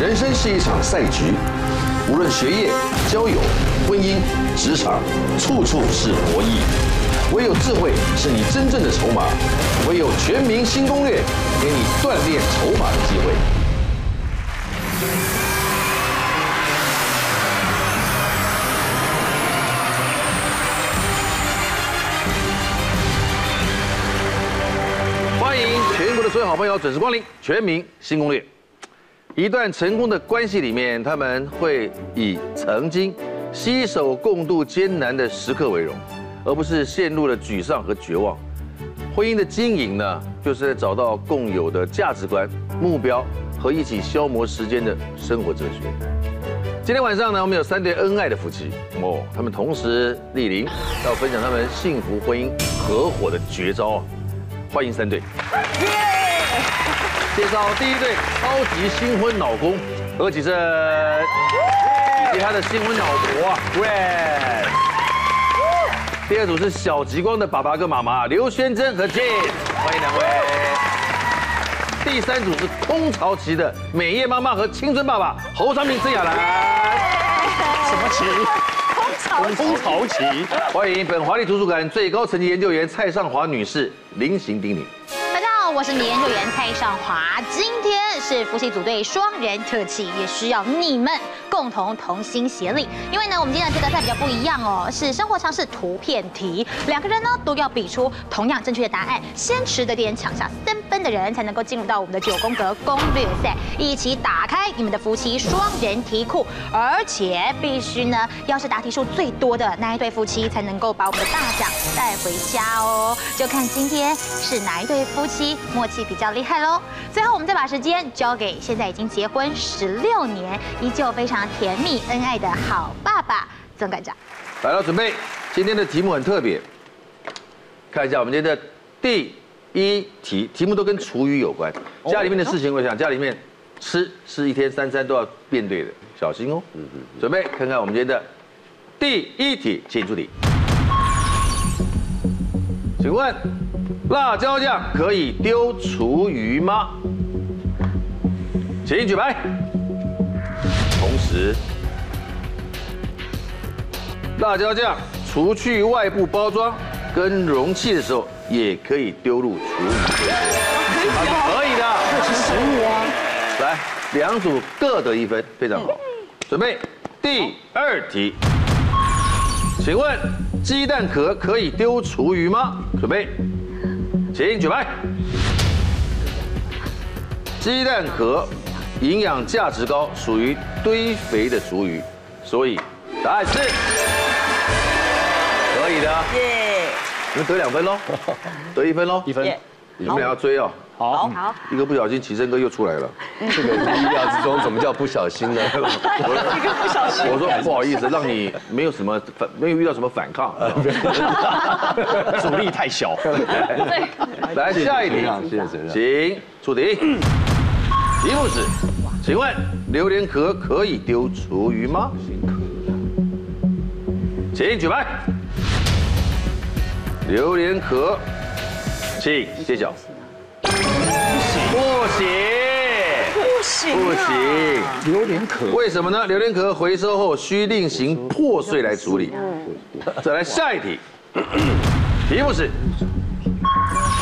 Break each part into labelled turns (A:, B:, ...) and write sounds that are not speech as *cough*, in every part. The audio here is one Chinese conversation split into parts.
A: 人生是一场赛局，无论学业、交友、婚姻、职场，处处是博弈。唯有智慧是你真正的筹码，唯有全民新攻略，给你锻炼筹码的机会。欢迎全国的所有好朋友准时光临《全民新攻略》。一段成功的关系里面，他们会以曾经携手共度艰难的时刻为荣，而不是陷入了沮丧和绝望。婚姻的经营呢，就是在找到共有的价值观、目标和一起消磨时间的生活哲学。今天晚上呢，我们有三对恩爱的夫妻哦，他们同时莅临，要分享他们幸福婚姻合伙的绝招啊！欢迎三对。介绍第一对超级新婚老公何启正，以及他的新婚老婆啊 Grace。第二组是小极光的爸爸跟妈妈刘宣珍和 Jane，欢迎两位。第三组是空巢期的美业妈妈和青春爸爸侯昌明、郑雅兰，
B: 什么旗？空巢旗。
A: 欢迎本华丽图书馆最高层级研究员蔡尚华女士临行叮咛。
C: 大家好，我是你研究员蔡尚华，今天是夫妻组队双人特辑，也需要你们共同同心协力。因为呢，我们今天的这个赛比较不一样哦，是生活常识图片题，两个人呢都要比出同样正确的答案，先持得点抢下三分的人才能够进入到我们的九宫格攻略赛，一起打开你们的夫妻双人题库，而且必须呢要是答题数最多的那一对夫妻才能够把我们的大奖带回家哦。就看今天是哪一对夫妻默契比较厉害喽。最后，我们再把时间交给现在已经结婚十六年，依旧非常甜蜜恩爱的好爸爸曾馆长。
A: 来了，准备。今天的题目很特别，看一下我们今天的第一题，题目都跟厨余有关。家里面的事情，我想家里面吃是一天三餐都要面对的，小心哦。嗯嗯。准备，看看我们今天的第一题，请出题。请问，辣椒酱可以丢厨余吗？请举牌。同时，辣椒酱除去外部包装跟容器的时候，也可以丢入厨余堆。可以可以的，这是食物啊。来，两组各得一分，非常好。准备第二题，请问鸡蛋壳可以丢厨余吗？准备，请举牌。鸡蛋壳营养价值高，属于堆肥的厨余，所以答案是可以的。
D: 耶，
A: 你们得两
D: *laughs*
A: 分喽，得一分喽，
B: 一分
D: 耶
A: 你们俩要追哦，
B: 好，
C: 好，
A: 一个不小心齐生哥又出来了。
E: 这个意料之中，怎么叫不小心呢？
D: 嗯 *laughs* 一个不小心，
A: 我说不好意思，让你没有什么反，没有遇到什么反抗。
B: *laughs* 阻力太小。
A: 来下一题，
E: 谢谢学长。
A: 请出题。题目是，请问榴莲壳可以丢厨余吗？请举牌。榴莲壳，请揭晓。不行，
D: 不行
A: 不行。啊
B: 榴莲壳
A: 为什么呢？榴莲壳回收后需另行破碎来处理。再来下一题，题目是：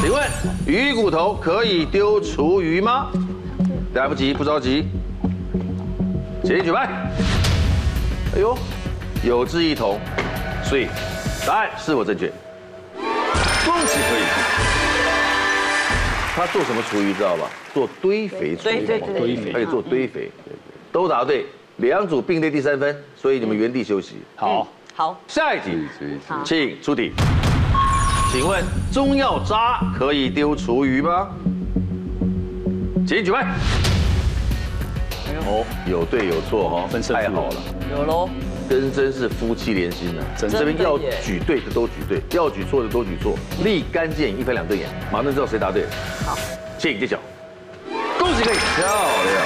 A: 请问鱼骨头可以丢厨余吗？来不及，不着急，请举牌。哎呦，有志一同，所以答案是我正确。恭喜可以。他做什么厨余知道吧？做堆肥厨余，
D: 对对对嗯
B: 堆肥
A: 而且做堆肥，都答对，两组并列第三分，所以你们原地休息。
D: 嗯
F: 哦
B: 好，
D: 好，
A: 下一题，
E: 注意注意
A: 请出题。请问中药渣可以丢厨余吗？请举牌。哦，有对有错哈、
B: 分胜负
A: 太好了，
D: 有喽，
A: 跟真是夫妻连心呢、
B: 真的
A: 这边要
D: 耶
A: 举对的都举对，要举错的都举错，立竿见影，一翻两瞪眼，马上知道谁答对了。
D: 好，
A: 请揭晓。恭喜各位，漂亮。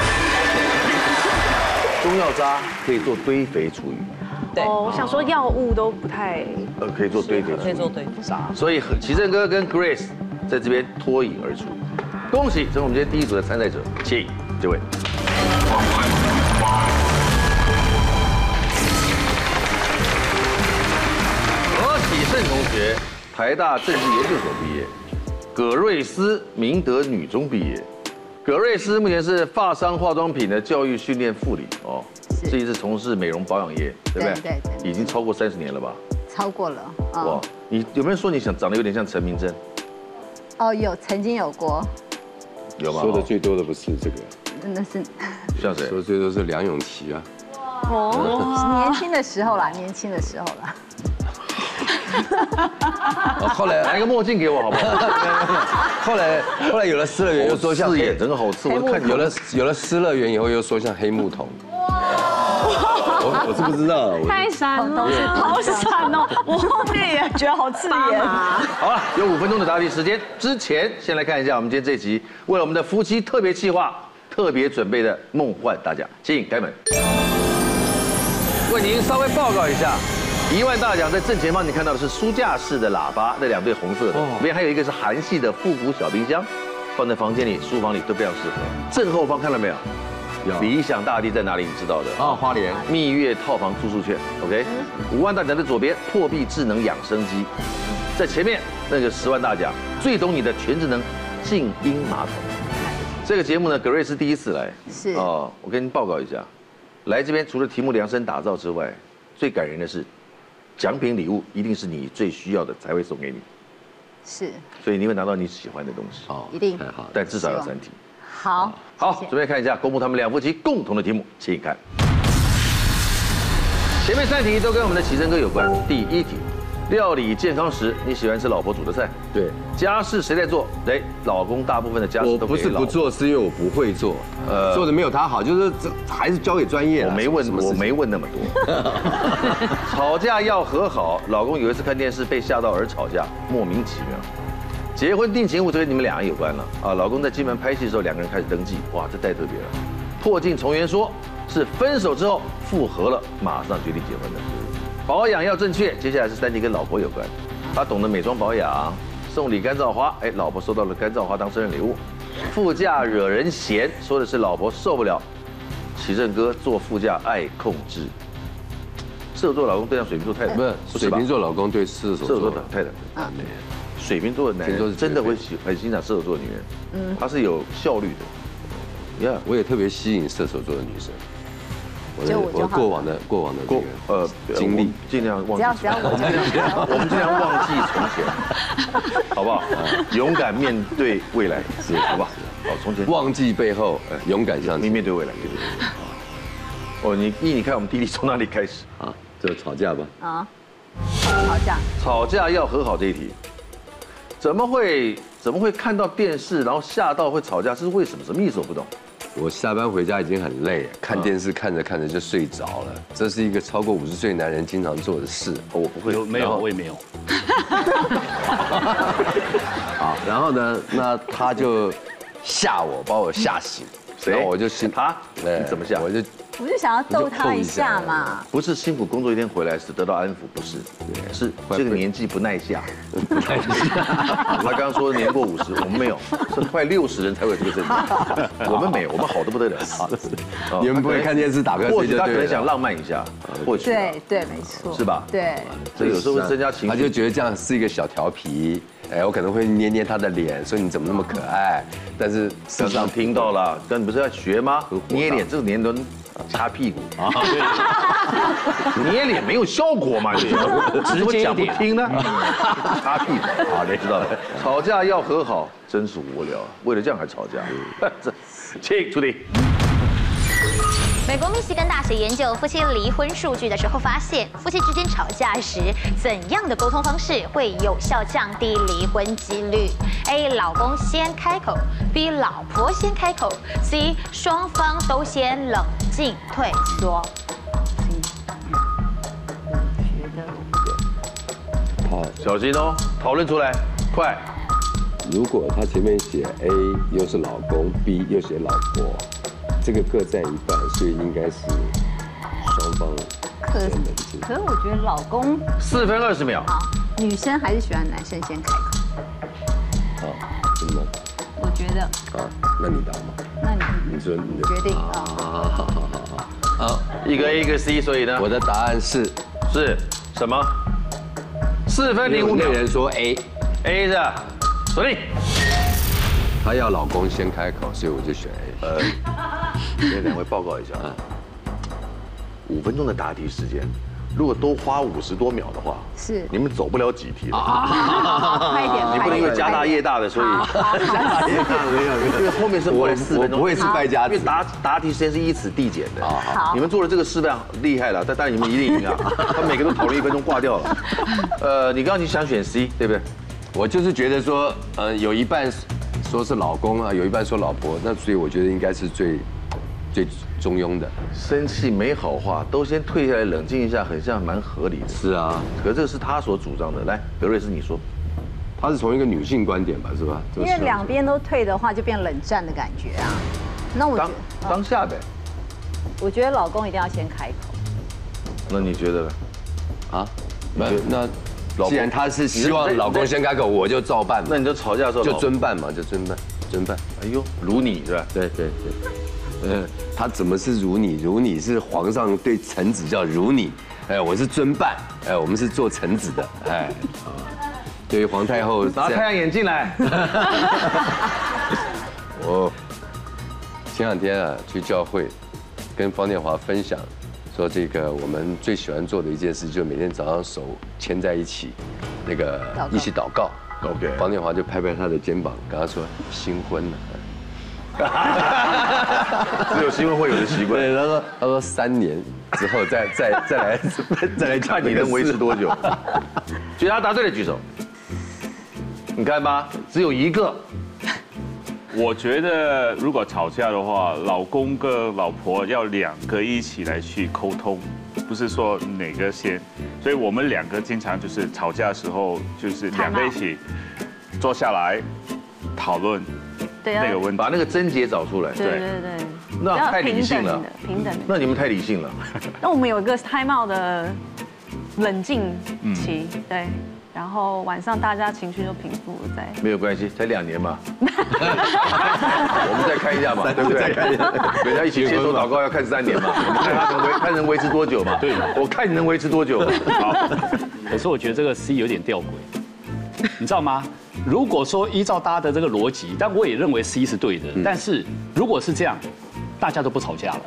A: 中药渣可以做堆肥厨余，
D: 对，
G: 哦，我想说药物都不太
A: 呃，可以做堆肥
D: 可
A: 厨
D: 以
A: 余。
D: 做对，
B: 啥？
A: 所以很奇正哥跟 Grace 在这边脱颖而出，恭喜成为我们今天第一组的参赛者，请这位。台大政治研究所毕业，葛瑞斯明德女中毕业。葛瑞斯目前是发商化妆品的教育训练副理哦，
C: 是
A: 自己是从事美容保养业，对不对？
C: 对对对
A: 已经超过三十年了吧？
C: 超过了
A: 哇
C: 哦，
A: 你有没有说你想长得有点像陈明真？
C: 哦，有曾经有过，
A: 有吗？
E: 说的最多的不是这个，
C: 那是
A: 像谁？
E: 哦说最多是梁咏琪啊。
C: 年轻的时候啦，年轻的时候啦。
E: 啊后来
A: 拿一个墨镜给我好不好？ *laughs*
E: 后来后来有了失乐园，又说像
A: 视
E: 哦黑
A: 野真的好刺，我看你
E: 有了有了失乐园以后，又说像黑木桶。 *laughs* 我我是不知道，啊我
G: 太闪了，
D: 好惨哦！我后面也觉得好刺眼。
A: *laughs* 好了，有五分钟的答题时间。之前先来看一下我们今天这集为我们的夫妻特别企划特别准备的梦幻大奖，请开门。为您稍微报告一下，一万大奖在正前方你看到的是书架式的喇叭，那两对红色的，里面还有一个是韩系的复古小冰箱，放在房间里、书房里都非常适合。正后方看到没有？
E: 有
A: 理想大地在哪里？你知道的。
E: 啊花莲
A: 蜜月套房住宿券，OK，五万大奖的左边破壁智能养生机，在前面那个十万大奖最懂你的全智能静音马桶。这个节目呢，葛瑞是第一次来，
C: 是
A: 哦，我跟您报告一下，来这边除了题目量身打造之外，最感人的是奖品礼物一定是你最需要的才会送给你，
C: 是
A: 所以你会拿到你喜欢的东西，
E: 哦
C: 一定
E: 太好了。
A: 但至少要三题。
C: 好，
A: 好
C: 谢，谢
A: 准备看一下，公布他们两夫妻共同的题目，请看。前面三题都跟我们的奇珍哥有关。第一题，料理健康时，你喜欢吃老婆煮的菜？
E: 对，
A: 家事谁在做？哎，老公大部分的家事
E: 我
A: 都
E: 不
A: 给
E: 是
A: 老
E: 不
A: 婆。
E: 做，是因为我不会做，
A: 呃
E: 做的没有他好，就是这还是交给专业啊。
A: 我没
E: 什
A: 问，
E: 么事
A: 我
E: 情
A: 没问那么
E: *laughs*
A: 多。吵架要和好，老公有一次看电视被吓到而吵架，莫名其妙。结婚定情物就跟你们俩人有关了啊！老公在金门拍戏的时候，两个人开始登记，哇，这太特别了。破镜重圆说是分手之后复合了，马上决定结婚的。保养要正确，接下来是三题跟老婆有关，他懂得美妆保养，啊送礼干燥花，哎，老婆收到了干燥花当生日礼物。副驾惹人嫌，说的是老婆受不了，奇正哥坐副驾爱控制。射手座老公对上水瓶座太太，
E: 不是水瓶
A: 吧
E: 座老公对射手
A: 射手
E: 座
A: 座太太，
E: 啊没有
A: 水瓶座的男
E: 听说是
A: 人
E: 绝
A: 真的
E: 配
A: 会喜很欣赏射手座的女人，嗯，她是有效率的，Yeah，
E: 我也特别吸引射手座的女生。我的
C: 就我就
E: 我
C: 好
E: 过往的过往的
A: 过
E: 那
A: 呃
E: 个经历，
A: 我尽量忘
C: 只要
A: 记
C: 只要
A: *laughs*
C: 我
A: 我们尽量忘记从前， *laughs* 好不好？勇敢面对未来，啊是好不好？好，从前
E: 忘记背后，呃勇敢向
A: 面
E: 前。
A: 面对未来，对对对。哦，你一你看我们弟弟从哪里开始？
E: 啊，就吵架吧。
C: 啊，好这样
A: 吵架要和好这一题，怎么会怎么会看到电视然后吓到会吵架？这是为什么？什么意思？我不懂。
E: 我下班回家已经很
A: 啊
E: 累，看电视看着看着就睡着了。这是一个超过五十岁男人经常做的事。
A: 我不会
B: 有没
A: 然
B: 有？
A: 后
B: 我也没有。
E: 好，然后呢，那他就吓我，把我吓醒。
A: 谁
E: 然后我就心
A: 他
E: 哎
A: 你怎么吓
E: 我就
C: 我就想要逗他一下嘛。
A: 不是辛苦工作一天回来是得到安抚，不是，是
E: 快
A: 这个
E: 被
A: 年 *laughs* 纪不耐吓。 *laughs* 他刚刚说年过五十，我们没有，是快六十人才会有这个症 *laughs* 状。我们没有，我们好的不得了。哦
E: 你们不会看电视打瞌睡
A: 或许他可
E: 就对
A: 能
E: 了
A: 想浪漫一下，或许啊
C: 对对，没错，
A: 是吧
C: 对，
A: 这有时候会增加情
E: 他
A: 绪
E: 就。觉得这样是一个小调皮。哎，我可能会捏捏他的脸，说你怎么那么可爱？但是事
A: 刚
E: 实
A: 刚
E: 上
A: 听到了，但你不是要学吗
E: 合伙？的
A: 捏脸，这个年轮掐屁股啊， *laughs* 捏脸没有效果嘛？你
B: 直接一点
A: 怎么讲不听呢？掐屁股，好嘞，知道了。 *laughs* 吵架要和好，真是无聊啊，为了这样还吵架。 *laughs* 这请出题。
C: 美国密西根大学研究夫妻离婚数据的时候发现，夫妻之间吵架时，怎样的沟通方式会有效降低离婚几率？A. 老公先开口；B. 老婆先开口；C. 双方都先冷静退缩。
E: 好，
A: 小心哦，讨论出来，快！
E: 如果他前面写 A 又是老公，B 又写老婆，这个各占一半，所以应该是双方
H: 可
E: 先冷静。
H: 可是我觉得老公
A: 四分二十秒，
H: 好，女生还是喜欢男生先开口。
E: 啊，真的吗
H: 我觉得，
E: 啊，那你答嘛，
H: 那你
E: 你说你的
H: 决定啊，
E: 啊，好好好好好，啊，
A: 一个 A 一个 C，所以呢
E: 我，的答案是
A: 是什么？四分零五
E: 有
A: 秒
E: 的人说 A，
A: ，A 是吧锁定。
E: 她要老公先开口，所以我就选 A。
A: 呃，跟两位报告一下，啊，五分钟的答题时间，如果多花五十多秒的话，
H: 是
A: 你们走不了几题了。
H: 快一点，
A: 啊你不能因为家大业大的，所以
E: 呃没有
A: *laughs*
E: 没
A: 因为后面是
E: 啊
A: 过来四分钟，
E: 我不会是败家
A: 因为
E: 子
A: 答答题时间是依次递减的。
E: 好
A: 你们做了这个示范厉害了，但但你们一定 *laughs* 赢啊！他每个都讨论一分钟挂掉 *laughs* 了。呃，你刚刚你想选 C 对不对？
E: 我就是觉得说，呃，有一半说是老公啊，有一半说老婆，那所以我觉得应该是最最中庸的。
A: 生气没好话，都先退下来冷静一下，很像蛮合理的。
E: 是啊，
A: 可这是他所主张的。来，德瑞斯你说，
E: 她是从一个女性观点吧，是吧？
H: 因为两边都退的话，就变冷战的感觉啊。那我觉
A: 当
H: 得，
A: 当下呗。
H: 我觉得老公一定要先开口。
A: 那你觉得呢？
E: 啊，
A: 你
E: 那
A: 觉得
E: 那
A: 老
E: 既然
A: 公
E: 她是希望老公先开口，我就照办嘛
A: 那，你就吵架的时候
E: 就
A: 老
E: 遵办嘛，就遵办，遵办。
A: 哎呦，如你是吧？
E: 对对对，呃，他怎么是如你？如你是皇上对臣子叫如你，哎，我是遵办，哎，我们是做臣子的，哎， *laughs* 啊，对于皇太后这
A: 拿
E: 样，
A: 太阳眼镜 *laughs* 来。
E: 哦，前两天啊去教会，跟方念华分享，说这个我们最喜欢做的一件事，就是每天早上手牵在一起，那个
H: 祷告
E: 一起祷告。
A: OK
E: 方念华就拍拍他的肩膀，跟他说新婚了。
A: *laughs* 只有新闻会有的习惯。
E: 对，他说他说三年之后再再再来再来
A: 看
E: 讲
A: 你
E: 这个
A: 能维持
E: 事
A: 多久。 *laughs* 其他答对的举手。你看吧，只有一个。
B: 我觉得如果吵架的话，老公跟老婆要两个一起来去沟通，不是说哪个先。所以我们两个经常就是吵架的时候，就是两个一起坐下来讨论
D: 对
B: 那个
D: 要
B: 问题
A: 把。那个症结找出来。
D: 对对对，
A: 那
D: 要
A: 太理
D: 平
A: 性
D: 等
A: 了
D: 的，平等的。
A: 那你们太理性了。
D: 那我们有一个 time out 的冷静期，
A: 嗯
D: 对，然后晚上大家情绪就平复了，再
A: 没有关系，才两年
D: *laughs*
A: 嘛。我们再看一下嘛，对不对？再看一下，人家一起接受祷告要看三年嘛，我们 *laughs* 看他能维看能维持多久嘛。对，我看你能维持多久。
F: 可是我觉得这个 C 有点吊诡，你知道吗？如果说依照大家的这个逻辑，但我也认为 C 是对的。但是如果是这样，大家都不吵架了。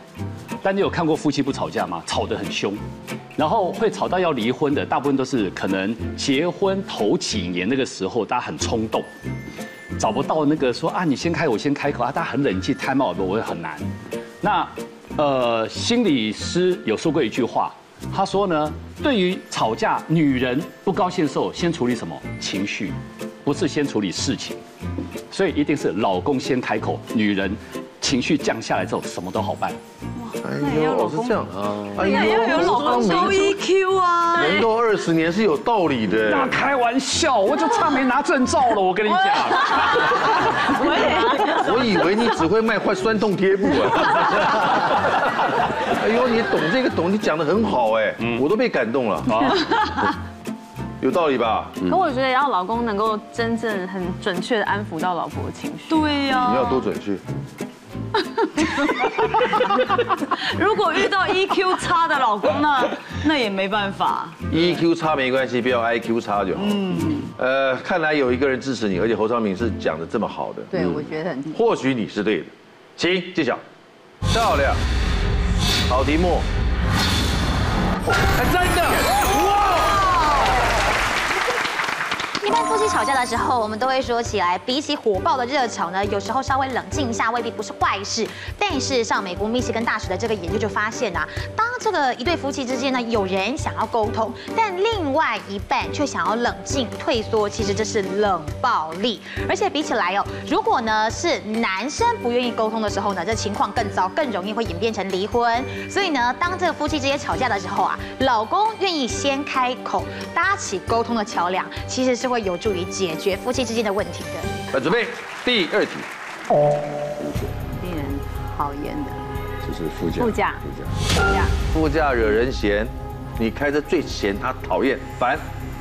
F: 但你有看过夫妻不吵架吗？吵得很凶，然后会吵到要离婚的，大部分都是可能结婚头几年那个时候，大家很冲动，找不到那个说啊，你先开，我先开口啊，大家很冷静，time out，我会很难。那呃，心理师有说过一句话，他说呢，对于吵架，女人不高兴的时候，先处理什么情绪，不是先处理事情，所以一定是老公先开口，女人情绪降下来之后，什么都好办。
A: 哎呦，老是这样啊！哎呦，
D: 有老公
A: 高
D: EQ 啊，
A: 能够二十年是有道理的。
F: 那开玩笑，我就差没拿证照了，我跟你讲。
A: *laughs* 我以为你只会卖换酸痛贴布
E: *laughs*
A: 啊！哎呦，你懂这个懂，你讲的很好哎，
E: 嗯
A: 我都被感动了，
E: 哦
A: *laughs* 有道理吧？
E: 嗯
A: 你
D: 可我觉得要老公能够真正很准确的安抚到老婆的情绪。
G: 对呀、
A: 要多准确。
E: 哦
G: 如果遇到 EQ 差的老公，那那也没办法。
A: EQ E 差没关系，不要 IQ 差就好。嗯，呃，看来有一个人支持你，而且侯昌明是讲的这么好的，嗯
H: 对，我觉得很
A: 或许你是对的，请揭晓。漂亮，好题目。哎，真的，
C: 一般夫妻吵架的时候，我们都会说起来，比起火爆的热吵呢，有时候稍微冷静一下未必不是坏事。但是上美国密西根大学的这个研究就发现啊，当这个一对夫妻之间呢，有人想要沟通，但另外一半却想要冷静退缩，其实这是冷暴力。而且比起来哦，如果呢是男生不愿意沟通的时候呢，这情况更糟，更容易会演变成离婚。所以呢，当这个夫妻之间吵架的时候啊，老公愿意先开口，搭起沟通的桥梁，其实是会有助于解决夫妻之间的问题的。
A: 来准备第二题。
H: 令人讨厌的。
E: 就是副驾。
D: 副驾
E: 副驾。
A: 副驾惹人嫌，你开车最嫌他讨厌烦，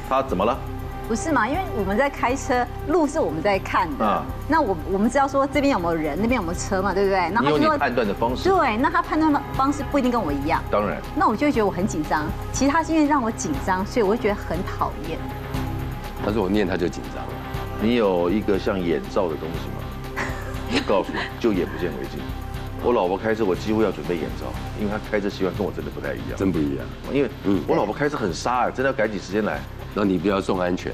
A: 他怎么了？
H: 不是嘛？因为我们在开车，路是我们在看的。
A: 啊
H: 那我我们知道说这边有没有人，那边有没有车嘛，对不对？那
A: 你
H: 就
A: 用你
H: 说
A: 判断的方式，
H: 对，那他判断方式不一定跟我一样。
A: 当然
H: 那我就会觉得我很紧张。其实他是因为让我紧张，所以我会觉得很讨厌。
E: 他说我念他就紧张了。
A: 你有一个像眼罩的东西吗？
H: *laughs*
A: 我告诉你，就眼不见为净。我老婆开车，我几乎要准备眼罩，因为她开车习惯跟我真的不太一样。
E: 真不一样。
A: 因为我老婆开车很杀哎，真的要赶紧时间来
E: 那你比较重安全，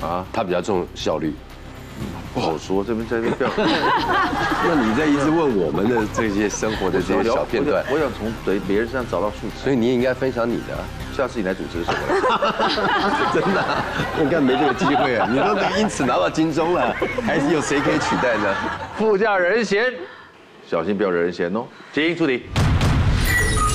A: 啊，
E: 他比较重效率。
A: 不好说。这边在这边不要
E: 那你在一直问我们的这些生活的这些小片段，
A: 我想我想从别别人身上找到素材，
E: 所以你也应该分享你的啊、
A: 下次你来主持的时候 *laughs* 我来。
E: *laughs* 真的啊、应该没这个机会 *laughs* 啊！你都能因此拿到金钟了，还是有谁可以取代呢？
A: 副驾惹人嫌，小心不要惹人嫌哦。请助理。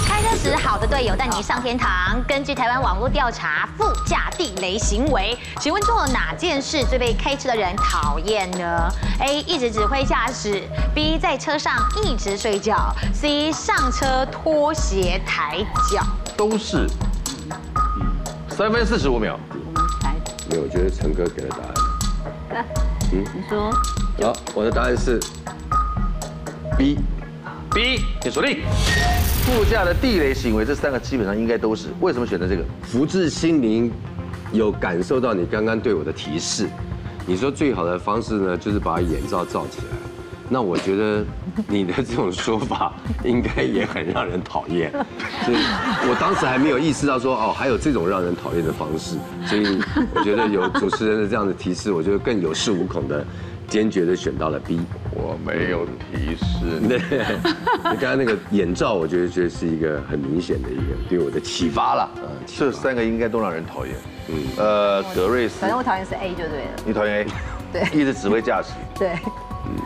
C: 开车时好的队友带你上天堂。根据台湾网络调查，副驾地雷行为，请问做了哪件事最被开车的人讨厌呢？A. 一直指挥驾驶；B. 在车上一直睡觉；C. 上车脱鞋抬脚。
A: 都是。三分四十五秒，
E: 没有，我觉得陈哥给了答案。
G: *laughs*
E: 嗯
G: 你说
E: 好、我的答案是 B。
A: B，请锁定。副驾的地雷行为，这三个基本上应该都是。为什么选择这个？
E: 福至心灵有感受到你刚刚对我的提示，你说最好的方式呢，就是把眼罩罩起来。那我觉得你的这种说法应该也很让人讨厌，所以我当时还没有意识到说哦，还有这种让人讨厌的方式，所以我觉得有主持人的这样的提示，我就更有恃无恐的坚决的选到了 B。
A: 我没有提示
E: *laughs* 对，刚刚那个眼罩，我觉得觉得是一个很明显的一个对我的启发了，嗯，启
A: 这三个应该都让人讨厌。嗯，呃，格瑞斯
H: 反，正我讨厌是 A 就对了。
A: 你讨厌 A，
H: 对
A: 一直指挥驾驶。
H: 对，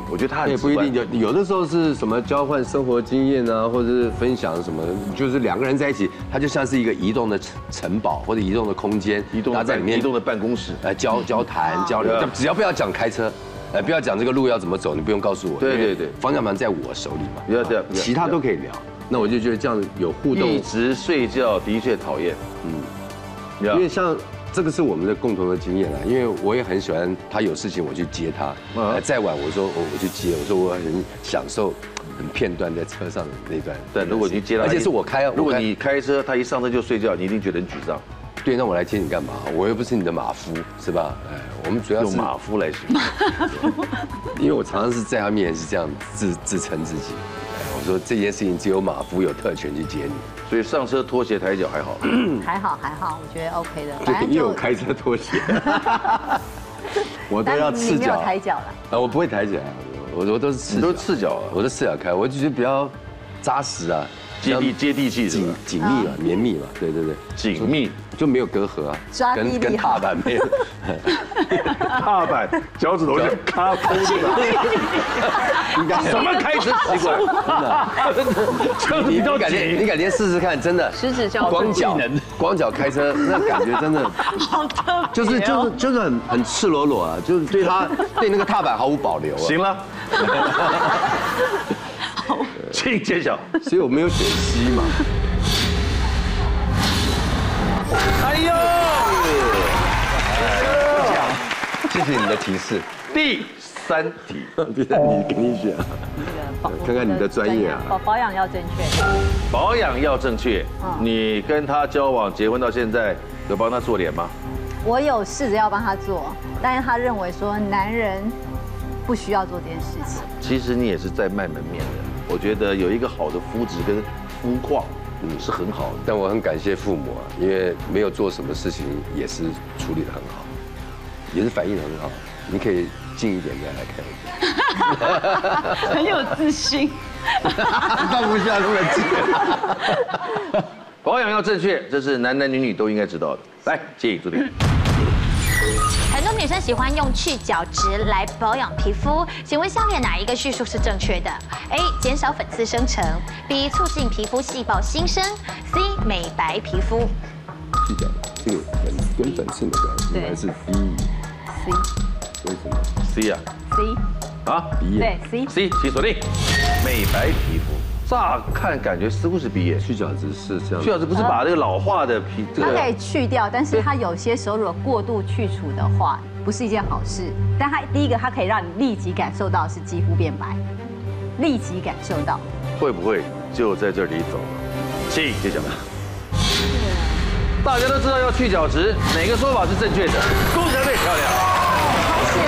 A: 我觉得他
E: 那
A: 很
E: 也不一定，
A: 直
E: 有有的时候是什么交换生活经验啊，或者是分享什么，就是两个人在一起，它就像是一个移动的城城堡或者移动的空间，
A: 观移动
E: 大
A: 的
E: 家在里面
A: 移动的办公室。
E: 呃交交谈交流
A: 对，
E: 只要不要讲开车，呃不要讲这个路要怎么走，你不用告诉我，
A: 对
E: 因为
A: 对对
E: 方向盘在我手里嘛，啊
A: 不要这样不要
E: 其他都可以聊。嗯那我就觉得这样有互动，
A: 一
E: 因
A: 直睡觉的确讨厌。嗯，因
E: 为
A: 为
E: 像。这个是我们的共同的经验啦，啊因为我也很喜欢他有事情我去接他，
A: 嗯
E: 呃再晚我说我我去接，我说我很享受很片段在车上的那段。
A: 但如果你接到，
E: 而且是我开啊，
A: 如
E: 我
A: 果
E: 开
A: 你开车，他一上车就睡觉，你一定觉得很沮丧。
E: 对，那我来接你干嘛？我又不是你的马夫，是吧？哎，我们主要
A: 用
E: 是，
A: 马夫来形容，
E: *laughs* 因为我常常是在他面前是这样自自称自己。哎我说这件事情只有马夫有特权去接你，
A: 所以上车拖鞋抬脚还
E: *clears throat*
A: 好。
E: 嗯
H: 还好还好，我觉得 OK 的。
E: 对，
H: 反正
E: 因为我
H: 就
E: 开车
A: *laughs*
E: 拖
H: *laughs*
E: 鞋，我都要
H: 但你
E: 赤
H: 没有
E: 脚，
H: 抬脚了。
E: 啊，我不会抬起来，我我都是赤
A: 你
E: 脚，
A: 都赤脚啊
E: 我都赤脚开，我就觉得比较扎实啊，
A: 接地
E: 比较
A: 接地气是
E: 紧
A: 吧？
E: 紧密嘛，绵密嘛，对对对，
A: 紧密，
E: 就没有隔阂啊
H: 抓，地
E: 跟
H: 力
E: 跟
H: 好
E: 踏板没有。
A: 踏板哎脚趾头就咔抠进 *laughs* 来，什么开车习惯？
B: 这
E: 你
A: *laughs*
B: 比较
E: 你改
B: 紧
E: 天，你改天试试看，真的，
D: 十指交扣
E: 光脚
B: 技能，
E: 光脚开车，那感觉真的
G: 好特别，
E: 就是就是就是很很赤裸裸啊，就是对他对那个踏板毫无保留啊。
A: 行了，请揭晓。
E: 所以我没有选 C 嘛。
A: 哎呦，
E: 谢谢你的提示，
A: 第三题，
E: 你给你选啊，看看你的专业啊。
H: 保保养要正确。
A: 保养要正确。你跟他交往、结婚到现在，有帮他做脸吗？
H: 我有试着要帮他做，但是他认为说男人不需要做这件事情。
A: 其实你也是在卖门面的。我觉得有一个好的肤质跟肤况，嗯，是很好的。
E: 但我很感谢父母啊，因为没有做什么事情也是处理的很好，也是反应得很好。你可以近一点再来看一
G: 很有自信。
E: 下，倒不下那么近。
A: 保养要正确，这是男男女女都应该知道的。来，建议助理。
C: 很多女生喜欢用去角质来保养皮肤，请问下面哪一个叙述是正确的？A. 减少粉刺生成；B. 促进皮肤细胞新生；C. 美白皮肤。
E: 去讲这个粉跟粉刺没关系，
G: 对
E: 还是 B C，为什么？
A: C 啊 C 啊
E: 鼻炎。
A: ，C C，请锁定美白皮肤。乍看感觉似乎是鼻炎，
E: 去角质是这样，
A: 徐老师不是把这个老化的皮这
H: 它可
A: 个
H: 以去掉，但是它有些时候如果过度去除的话，不是一件好事。但它第一个，它可以让你立即感受到是肌肤变白，立即感受到。
A: 会不会就在这里走了？请揭晓。大家都知道要去角质，哪个说法是正确的？恭喜答对。漂亮。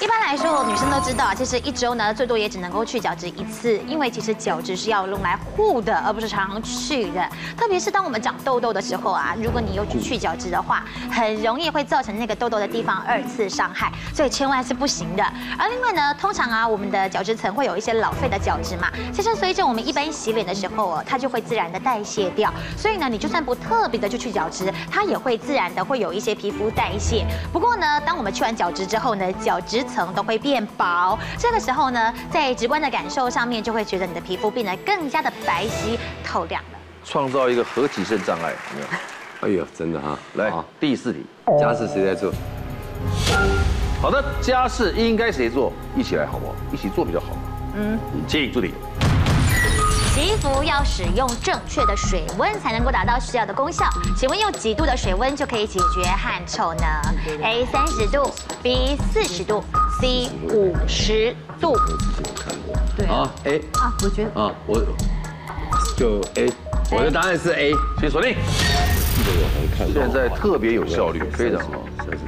C: 一般来说，女生都知道，其实一周呢，最多也只能够去角质一次，因为其实角质是要用来护的，而不是常常去的。特别是当我们长痘痘的时候啊，如果你又去去角质的话，很容易会造成那个痘痘的地啊方二次伤害，所以千万是不行的。而另外呢，通常啊，我们的角质层会有一些老废的角质嘛，其实随着我们一般洗脸的时候哦，它就会自然的代谢掉，所以呢，你就算不特别的去去角质，它也会自然的会有一些皮肤代谢。不过呢，当我们去完角质之后呢，角质层都会变薄，这个时候呢，在直观的感受上面就会觉得你的皮肤变得更加的白皙透亮了。
A: 创造一个合体性障碍，有没有？
E: 哎呦，真的哈，
A: 来
E: 好，
A: 第四题。
E: 家事谁在做？
A: 好的，家事应该谁做？一起来好不好？一起做比较好。嗯，请助理。
C: 洗衣服要使用正确的水温才能够达到需要的功效。请问用几度的水温就可以解决汗臭呢？A 三十度，B 四十度，C 五十度。
H: 对啊
E: 啊，A
A: 哎
H: 我觉得
E: 啊，我就 A，我的答案是 A。
A: 哎请锁定。现在特别有效率，非常好。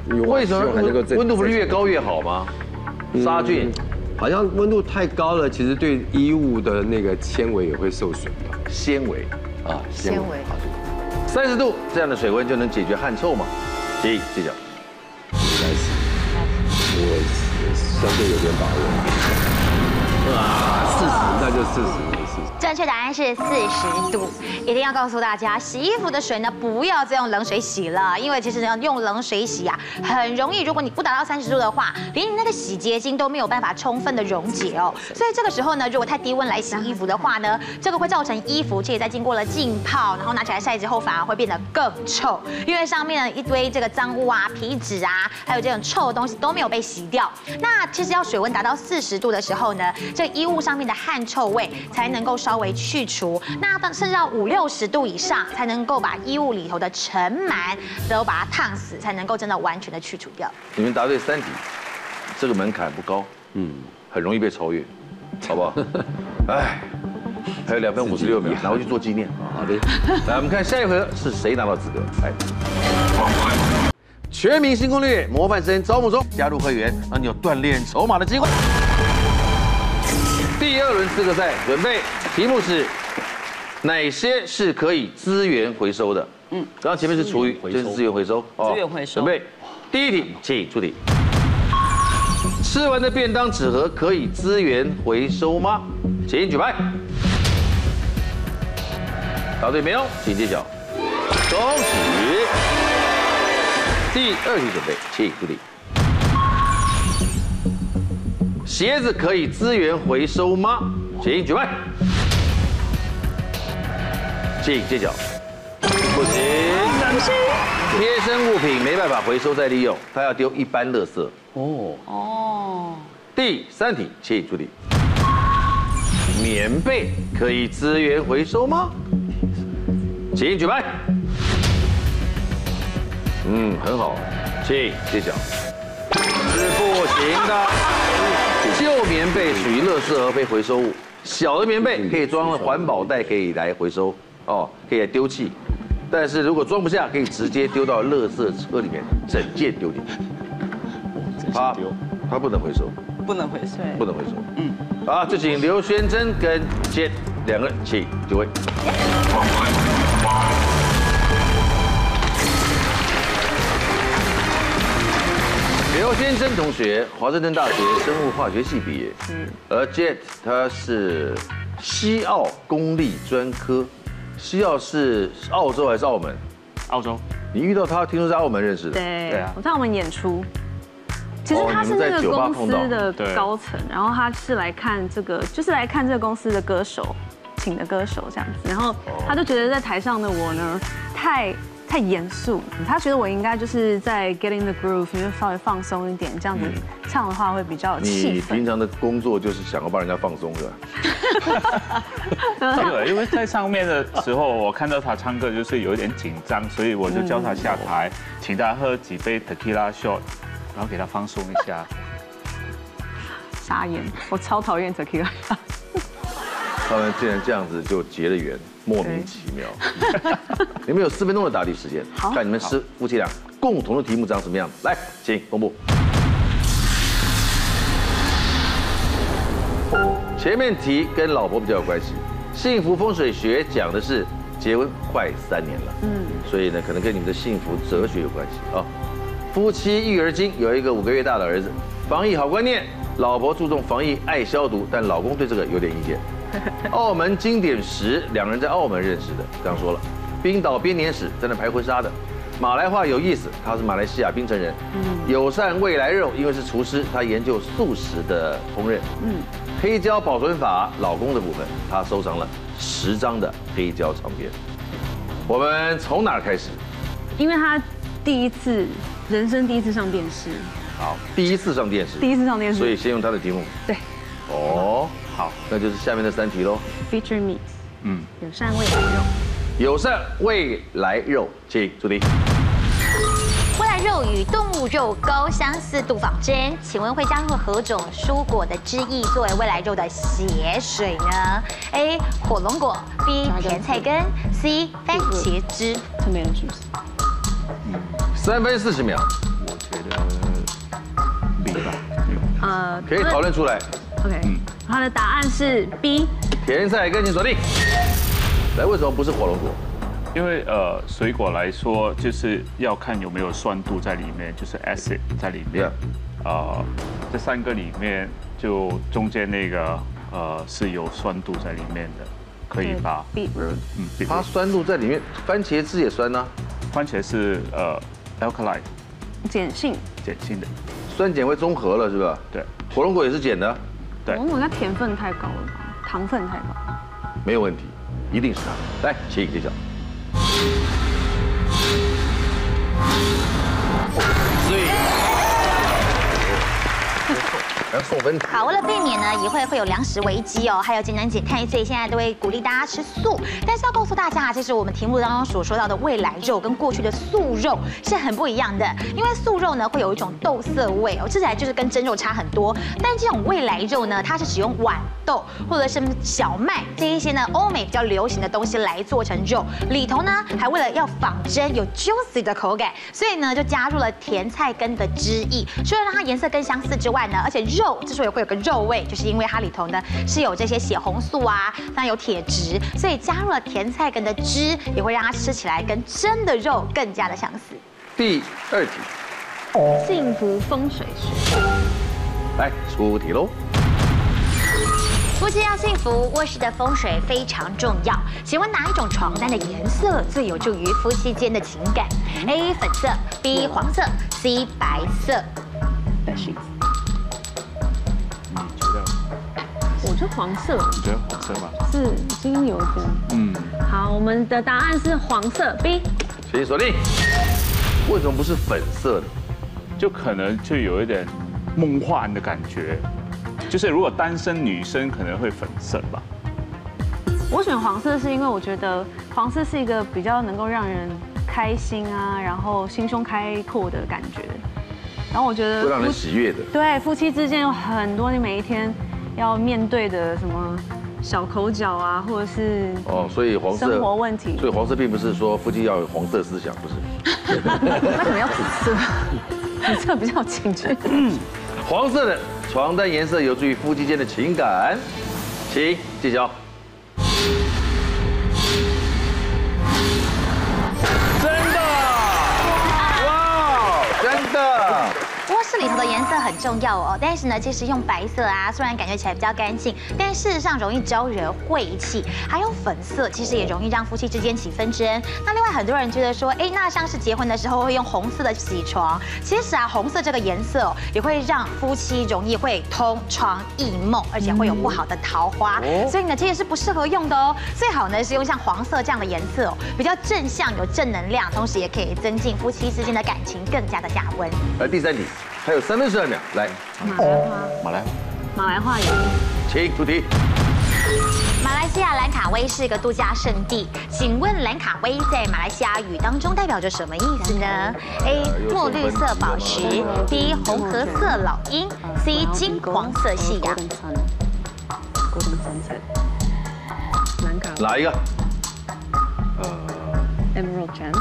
A: 为什么温度不是越高越好吗？杀菌，
E: 好像温度太高了，其实对衣物的那个纤维也会受损的
A: 纤维，
E: 啊，
H: 纤维。
A: 三十度这样的水温就能解决汗臭吗？请揭晓。
E: 我相对有点把握。啊，四十，那就四十，四十。
C: 正确答案是四十度。一定要告诉大家，洗衣服的水呢，不要再用冷水洗了，因为其实呢，用冷水洗啊，很容易，如果你不达到三十度的话，连你那个洗洁精都没有办法充分的溶解哦。所以这个时候呢，如果太低温来洗衣服的话呢，这个会造成衣服其实在经过了浸泡，然后拿起来晒之后，反而会变得更臭，因为上面一堆这个脏污啊、皮脂啊，还有这种臭的东西都没有被洗掉。那其实要水温达到四十度的时候呢，这衣物上面的汗臭味才能够稍微去除。那到甚至到五六十度以上，才能够把衣物里头的尘螨都把它烫死，才能够真的完全的去除掉。
A: 你们答对三题，这个门槛不高，嗯，很容易被超越，好 *laughs* 不好？哎，还有两分五十六秒，拿回去做纪念。
E: 好的。
A: 来，我们看下一回合是谁拿到资格？哎来，全民新攻略模范生招募中，加入会员让你有锻炼筹码的机会。第二轮资格赛准备，题目是哪些是可以资源回收的？嗯，刚刚前面是厨余，这是资源回收。哦
G: 资源回收
A: 准备，第一题，请出题。吃完的便当纸盒可以资源回收吗？请举牌。答对没有？请揭晓。恭喜！第二题准备，请助理。鞋子可以资源回收吗？请举牌。请揭晓。不行。贴身物品没办法回收再利用，它要丢一般垃圾。
F: 哦，
A: 第三题，请助理。棉被可以资源回收吗？请举牌。嗯，很好，请揭晓。是不行的，旧棉被属于垃圾而非回收物，小的棉被可以装环保袋，可以来回收哦，可以来丢弃。但是如果装不下，可以直接丢到垃圾车里面，整件丢掉。它它不能回收。
G: 不能回收。
A: 不能回收。嗯，好，就请刘宣珍跟杰两个人请就位。刘先生同学，华盛顿大学生物化学系毕业，而 Jet 他是西澳公立专科，西澳是澳洲还是澳门？
B: 澳洲，
A: 你遇到他，听说是澳门认识的，
D: 对
B: 对啊，
D: 我在我们演出。其实
A: 哦
D: 他
A: 你
D: 是
A: 们在
D: 那个
A: 酒吧
D: 公
A: 碰
D: 司
A: 到
D: 的
B: 对
D: 高层，然后他是来看这个，就是来看这个公司的歌手，请的歌手这样子。然后他就觉得在台上的我呢，太太严肃，他觉得我应该就是在 get in the groove，因为稍微放松一点，这样子唱的话会比较有
A: 你
D: 气
A: 平
D: 氛。
A: 常的工作就是想要帮人家放松是吧？
B: 对，因为在上面的时候，我看到他唱歌就是有一点紧张，所以我就叫他下台，请他喝几杯 tequila shot，然后给他放松一下。
D: 傻眼，我超讨厌 Tequila。
A: 他们竟然这样子就结了缘，莫名其妙。你们有四分钟的答题时间，看你们是夫妻俩共同的题目长什么样子。来，请公布。前面题跟老婆比较有关系，幸福风水学讲的是结婚快三年了，嗯，所以呢，可能跟你们的幸福哲学有关系啊。夫妻育儿经有一个五个月大的儿子，防疫好观念，老婆注重防疫爱消毒，但老公对这个有点意见。 *laughs* 澳门经典时，两人在澳门认识的，这样说了。冰岛编年史在那拍婚纱的。马来话有意思，他是马来西亚槟城人。
D: 嗯
A: 友善未来肉，因为是厨师，他研究素食的烹饪。嗯，黑胶保存法，老公的部分，他收藏了十张的黑胶唱片。我们从哪儿开始？
D: 因为他第一次人生第一次上电视，
A: 好，第一次上电视，
D: 第一次上电视，
A: 所以先用他的题目。
D: 对
A: 哦，好，那就是下面的三题喽。
D: ，Feature Me，
B: 嗯
D: 嗯，友善未来肉。
A: 友善未来肉，请朱迪。
C: 未来肉与动物肉高相似度仿真，请问会加入何种蔬果的汁液作为未来肉的血水呢？A. 火龙果，B. 甜菜根，C. 番茄汁。
D: tomato juice。
A: 三分四十秒，
B: 我觉得明白。
D: 呃，
A: 可以讨论出来。
D: OK，他的答案是 B。
A: 甜菜根，请锁定。来，哎为什么不是火龙果？
B: 因为呃，水果来说就是要看有没有酸度在里面，就是 acid 在里面。呃，这三个里面就中间那个呃是有酸度在里面的，可以吧？
D: B。
B: 嗯，比如
A: 它酸度在里面，番茄汁也酸呐、啊
B: 番茄是呃 alkaline
D: 碱性。
B: 碱性的，
A: 酸碱会中和了是吧？
B: 对，
A: 火龙果也是碱的，
B: 对
D: 我们它甜分太高了吧，糖分太高。
A: 没有问题，一定是它。来，请揭晓。哦 *laughs* 所以，扣分。
C: 好，为了避免呢一会会有粮食危机哦，还有简单减碳，所以现在都会鼓励大家吃素。但是要告诉大家，其实我们题目当中所说到的未来肉跟过去的素肉是很不一样的，因为素肉呢会有一种豆色味哦，吃起来就是跟真肉差很多。但这种未来肉呢，它是使用豌豆或者是小麦这一些呢欧美比较流行的东西来做成肉，里头呢还为了要仿真有 juicy 的口感，所以呢就加入了甜菜根的汁液。除了让它颜色更相似之外呢，而且肉之所以会有个肉味，就是因为它里头呢是有这些血红素啊，那有铁质，所以加入了甜菜根的汁，也会让它吃起来跟真的肉更加的相似。
A: 第二题，
D: 幸福风水学。
A: 来出题喽。
C: 夫妻要幸福，卧室的风水非常重要。请问哪一种床单的颜色最有助于夫妻间的情感？A 粉色，B 黄色，C 白色。
B: 你
A: 嗯
B: 觉得
D: 我就黄色
B: 你觉得红色吗？
D: 是精油的。
B: 嗯，
D: 好，我们的答案是黄色 B。
A: 请锁定。为什么不是粉色的？
B: 就可能就有一点梦幻的感觉，就是如果单身女生可能会粉色吧。
D: 我选黄色是因为我觉得黄色是一个比较能够让人开心啊，然后心胸开阔的感觉。然后我觉得
A: 会让人
D: 夫
A: 喜悦的。
D: 对，夫妻之间有很多你每一天要面对的什么小口角啊，或者是
A: 哦，所以黄色
D: 生活问题 *laughs*
A: 所以黄色并不是说夫妻要有黄色思想，不是。
D: 那可能要紫色，紫色比较情趣。
A: 黄色的床单颜色有助于夫妻间的情感，请揭晓。真的，哇，真的，
C: 卧室里头的颜色很重要哦，但是呢，其实用白色啊，虽然感觉起来比较干净，但事实上容易招惹晦气。还有粉色，其实也容易让夫妻之间起纷争。那另外很多人觉得说，哎，那像是结婚的时候会用红色的洗床，其实啊，红色这个颜色哦也会让夫妻容易会通床异梦，而且会有不好的桃花。所以呢，这也是不适合用的哦。最好呢是用像黄色这样的颜色哦，比较正向，有正能量，同时也可以增进夫妻之间的感情更加的加温。
A: 来呃第三题，还有三分十二秒，来，
B: 马来
D: 马来话有
A: 请出题。
C: 马来西亚兰卡威是个度假胜地，请问兰卡威在马来西亚语当中代表着什么意思呢？A. 墨绿色宝石，B. 红褐色老鹰，C. 金黄色夕阳。啊
H: Golden sun. Golden sunset.
D: 难搞。
A: 哪一个？
D: Emerald Gem，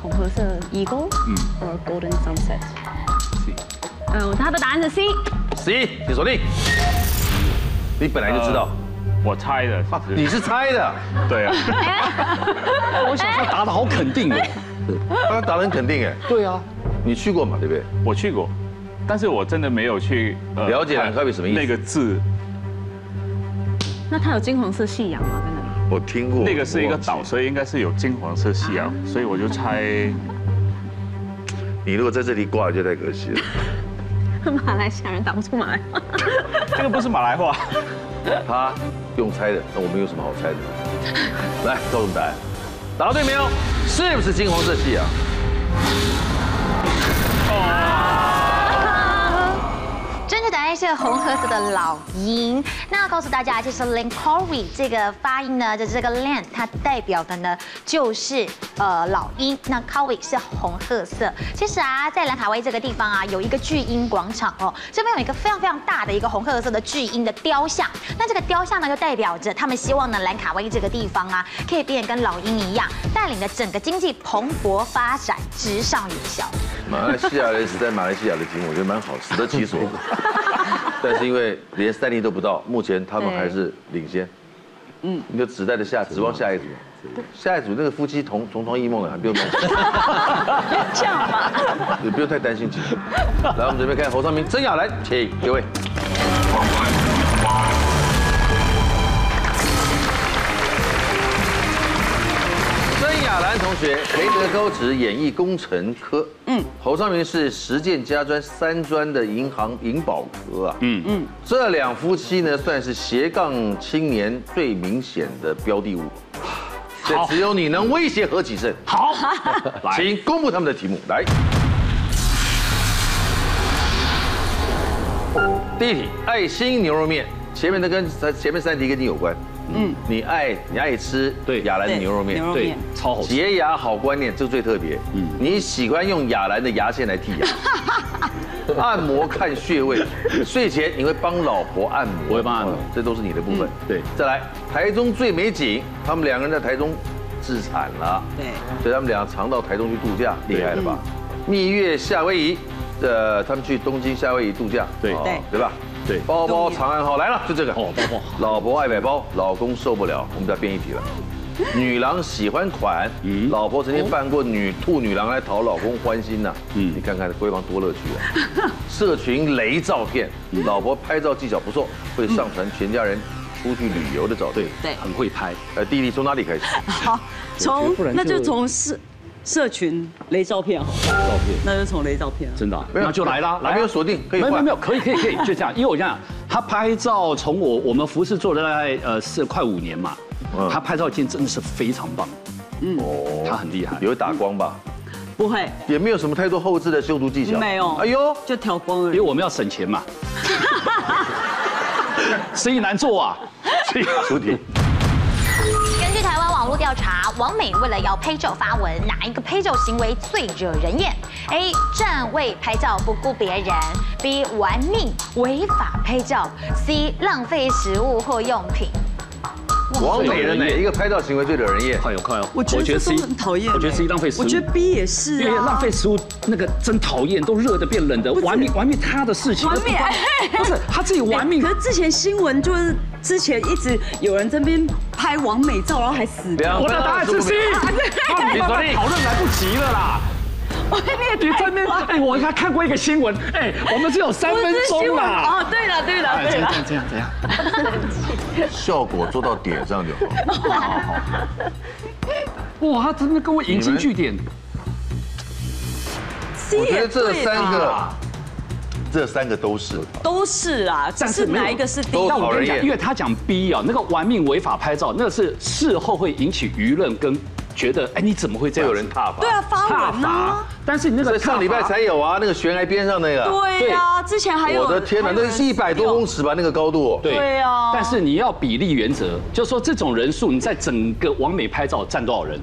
D: 红褐色 Eagle，嗯，or Golden Sunset。嗯，它的答案是 C。
A: 十一，请锁定。你本来就知道，
B: 我猜的，
A: 啊你是猜的， *laughs*
B: 对啊，
F: *laughs* 我想说答的好肯定耶。
A: 刚刚答得很肯定哎。
F: 对啊，
A: 你去过嘛？对不对？
B: 我去过，但是我真的没有去、呃
A: 了解兰科比什么意思
B: 那个字，
D: 那它有金黄色夕阳吗？在哪里？
A: 我听过。
B: 那个是一个岛，
A: 我忘记
B: 所以应该是有金黄色夕阳，所以我就猜
A: 你如果在这里挂，就太可 *laughs* 惜了。
D: *laughs* 马来西亚人打不出马来话。
B: 这个不是马来话。
A: 他用猜的，那我们有什么好猜的？来，告诉我们答案。答对没有？是不是金黄色啊夕阳？
C: 正确答案是红褐色的老鹰。那要告诉大家，就是 Lincory 这个发音呢，就是这个 land，它代表的呢就是呃老鹰。那 Cory 是红褐色。其实啊，在兰卡威这个地方啊，有一个巨鹰广场哦，这边有一个非常非常大的一个红褐色的巨鹰的雕像。那这个雕像呢，就代表着他们希望呢兰卡威这个地方啊，可以变得跟老鹰一样，带领着整个经济蓬勃发展，直上云霄。
A: 马来西亚人死在马来西亚的题目，我觉得蛮好，死得其所。 *laughs* 但是因为连三年都不到，目前他们还是领先。嗯，你就指代着下，指望下一组。下一组那个夫妻同同床异梦的，啊还不用担心。这样吧，你不用太担心。其实，来，我们准备看侯尚明、曾雅兰，请各位。曾雅兰同学，培德高职演艺工程科，嗯，侯尚明是实践家专三专的银行银保科啊，嗯嗯，这两夫妻呢算是斜杠青年最明显的标的物，这只有你能威胁何启胜， *laughs*
F: 好，
A: 请公布他们的题目来。第一题，爱心牛肉面，前面的跟前面三题跟你有关，嗯，你爱你爱吃
F: 对
A: 雅兰的牛肉面，
G: 牛肉
F: 对
G: 面，
F: *laughs* 超好吃。
A: 洁牙好观念，这个最特别。嗯，你喜欢用雅兰的牙线来剔
F: *laughs*
A: 牙，按摩看穴位，睡前你会帮老婆按摩，
F: 我会帮按摩嗯
A: 哦这都是你的部分。
F: 对
A: 再来，台中最美景，他们两个人在台中自产了，
G: 对，
A: 所以他们俩常到台中去度假，厉害了
F: 嗯
A: 吧？蜜月夏威夷，呃，他们去东京夏威夷度假，
F: 对
A: 哦
G: 对
A: 对吧？
F: 对
A: 包包长安号来了，就这个。
F: 哦，包包好，
A: 老婆爱买包，老公受不了，我们再编一
F: *laughs*
A: 题了。女郎喜欢款，
F: 嗯
A: 老婆曾经扮过女兔女郎来讨老公欢心呐、
F: 嗯
A: 你看看闺房多乐趣
F: *laughs*
A: 啊！社群雷照片，老婆拍照技巧不错，会上传全家人出去旅游的照片
F: 对。
G: 对
F: 很会拍。
A: 呃，弟弟从哪里开始？
G: 好，从
F: 不然就
G: 那就从社社群雷照片好，
F: 照片
G: 那就从雷照片。
F: 真的啊、
A: 没有
F: 那就来啦，来啊
A: 还没有锁定可以
F: 没有没
A: 换
F: 有没有，可以可以可以，就这样，因为我想想，他拍照从我我们服饰做了大概呃是快五年嘛
A: 嗯，
F: 他拍照经验真的是非常棒，嗯，他很厉害，
A: 有打光吧？
G: 不会，
A: 也没有什么太多后置的修图技巧。
G: 没有
A: 哎呦，
G: 就调光而
F: 因为
G: 已。
F: 我们要省钱
A: *laughs*
F: 嘛，生意难做啊，所以
A: 出题。
C: 根据台湾网络调查，王美为了要拍照发文，哪一个拍照行为最惹人厌？A. 站位拍照不顾别人；B. 玩命违法拍照；C. 浪费食物或用品。
A: 王美的哪一个拍照行为最惹人厌？
F: 快有快有，
G: 我觉得这都很讨厌。欸
F: 我觉得 C 浪费食物，
G: 我觉得 B 也是
F: 因为
G: 啊，
F: 浪费食物那个真讨厌，都热的变冷的，玩命玩命他的事情，
G: 玩命
F: 不是他自己
G: *laughs*
F: 玩命
G: 可是之前新闻就是之前一直有人这边拍完美照，然后还死掉。
A: 两
F: 我
A: 分
F: 的答案
A: 二十
F: 是
A: 五
G: *laughs*
F: C，
A: 秒。
F: 那你慢慢讨论来不及了啦。
G: 哦
F: 别在那边，哎，我还看过一个新闻，哎，我们只有三分钟啦。
G: 哦，对了对了
F: 哎，
G: 对
F: 这样
G: 了
F: 这，样这样这样，
A: 效果做到点上就 *laughs* 好。
F: 哇，他真的跟我引经据典，
A: 我
G: 我
A: 觉得这三个，这三个都是。
G: 都是啊，只
F: 但
G: 是
F: 是没有
G: 哪一个是第
A: 都
G: 一
F: 但
A: 讨
F: 我跟
A: 人
F: 你讲，
A: 厌
F: 因为他讲 B 啊，那个玩命违法拍照，那个是事后会引起舆论跟觉得，哎，你怎么会这
A: 会
F: 样
A: 有
F: 子？
A: 人踏伐。
G: 对啊，发
F: 踏
G: 文
F: 伐
G: 啊，，
F: 但是你那
A: 所
F: 个
A: 以上礼拜
F: 踏伐
A: 才有啊，那个悬崖边上那个。
G: 对啊，之前还有
A: 我的天哪，
G: 还有
A: 那
G: 人
A: 是一百多公尺吧，那个高度。
F: 对
G: 对啊
F: 但是你要比例原则，就说这种人数，你在整个完美拍照占多少人？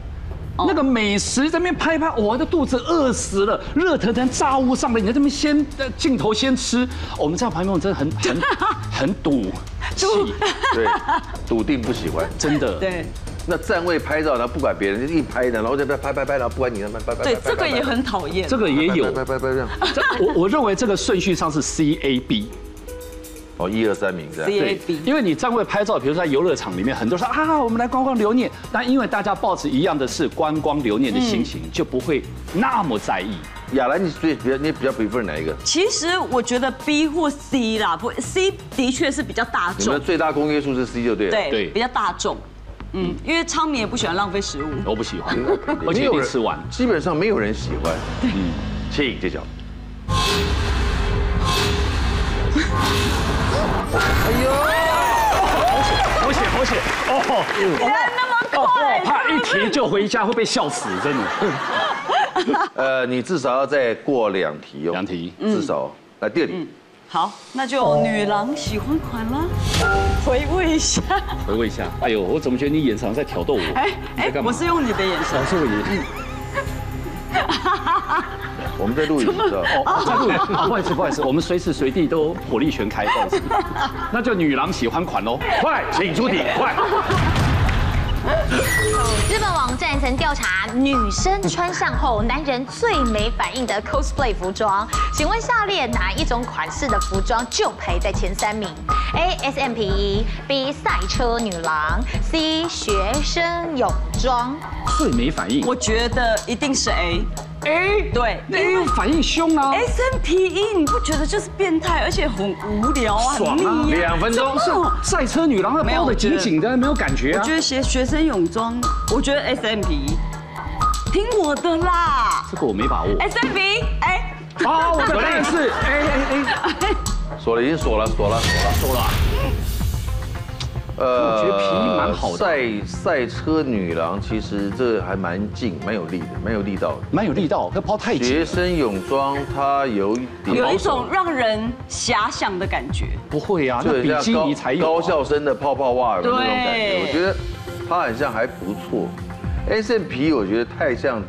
G: 哦
F: 那个美食在那边拍一拍，我的肚子饿死了，热腾腾炸物哦
G: *laughs*
F: 上来，你在那边先呃镜头先吃，我们在旁边我真的很很很堵，
A: 气，对， *laughs* 笃定不喜欢。
F: 真的。
G: *laughs* 对
A: 那站位拍照，然后不管别人，就一拍呢，然后就拍拍拍拍，然后不管你，然后拍拍
G: 对
A: 拍，拍
G: 这个也
A: 拍
G: 很讨厌。
F: 这个也
A: *laughs*
F: 有，
A: 拍拍拍拍这样。
F: 这我我认为这个顺序上是 C A B，
A: 哦，一二三名这样。
G: C A B，
F: 因为你站位拍照，比如说在游乐场里面，很多人说啊，我们来观光留念。那因为大家抱持一样的是观光留念的心
G: 嗯
F: 情，就不会那么在意。
A: 亚兰，你最比较你比较 prefer 哪一个？
G: 其实我觉得 B 或 C 啦，不 C 的确是比较大
A: 你们
G: 众
A: 的，最大公约数是 C 就对了。
G: 对，
F: 对
G: 比较大众。嗯，因为昌明也不喜欢浪费食物。
F: 我不喜 *laughs* 欢
A: 那肯，定，
F: 而且一
A: 没有
F: 定
A: 人
F: 吃完。
A: 基本上没有人喜欢。嗯，请揭晓。
F: 好险，好险！哦，那么快，我哦怕一提就回家会被笑死，真的。
A: 呃，你至少要再过两题哦。
F: 两题
A: 至少哦。来第二题，
G: 好，那就哦女郎喜欢款啦，回味一下。 *laughs*
F: 回味一下，哎呦，我怎么觉得你眼常在挑逗我？
G: 哎
F: 你在
G: 哎
F: 干，嘛
G: 我是用你的眼神。
F: 老师我也
A: 我们在录影，你知道吗？
F: 哦，在录影啊，不好意思，不好意思，我们随时随地都火力全开，不好意思。那就女郎喜欢款喽，快，请出题，快。
C: 日本网站曾调查女生穿上后男人最没反应的 cosplay 服装，请问下列哪一种款式的服装就排在前三名？A. S M P E B. 赛车女郎 C. 学生泳装。
F: 最没反应，
G: 我觉得一定是 A。
F: 哎，
G: 对，
F: 哎呦，反应凶啊，
G: S M P E，你不觉得就是变态，而且很无聊啊，很
F: 爽啊，
G: 腻啊。
F: 分钟是赛车女郎，
G: 没有
F: 包的紧紧的，没有感觉
G: 我
F: 啊
G: 觉。得学学生泳装，我觉得 S M P E，听我的啦。
F: 这个我没把握。
G: S M P，哎，
F: 啊，我的答案是哎哎哎，
A: 锁了，已经锁了，锁了，锁了，锁了。呃
F: 我觉得皮蛮好的
A: 赛赛车女郎其实这还蛮劲，蛮有力的，蛮有力道的。
F: 蛮有力道，要抛太紧
A: 学，生泳装它有一点
G: 有一种让人遐想的感觉。
F: 不会啊，
A: 就
F: 那
A: 很
F: 比
A: 像
F: 基尼
A: 高
F: 才有啊
A: 高校生的泡泡袜有没有那种感觉，
G: 对
A: 我觉得它很像还不错。S M P 我觉得太像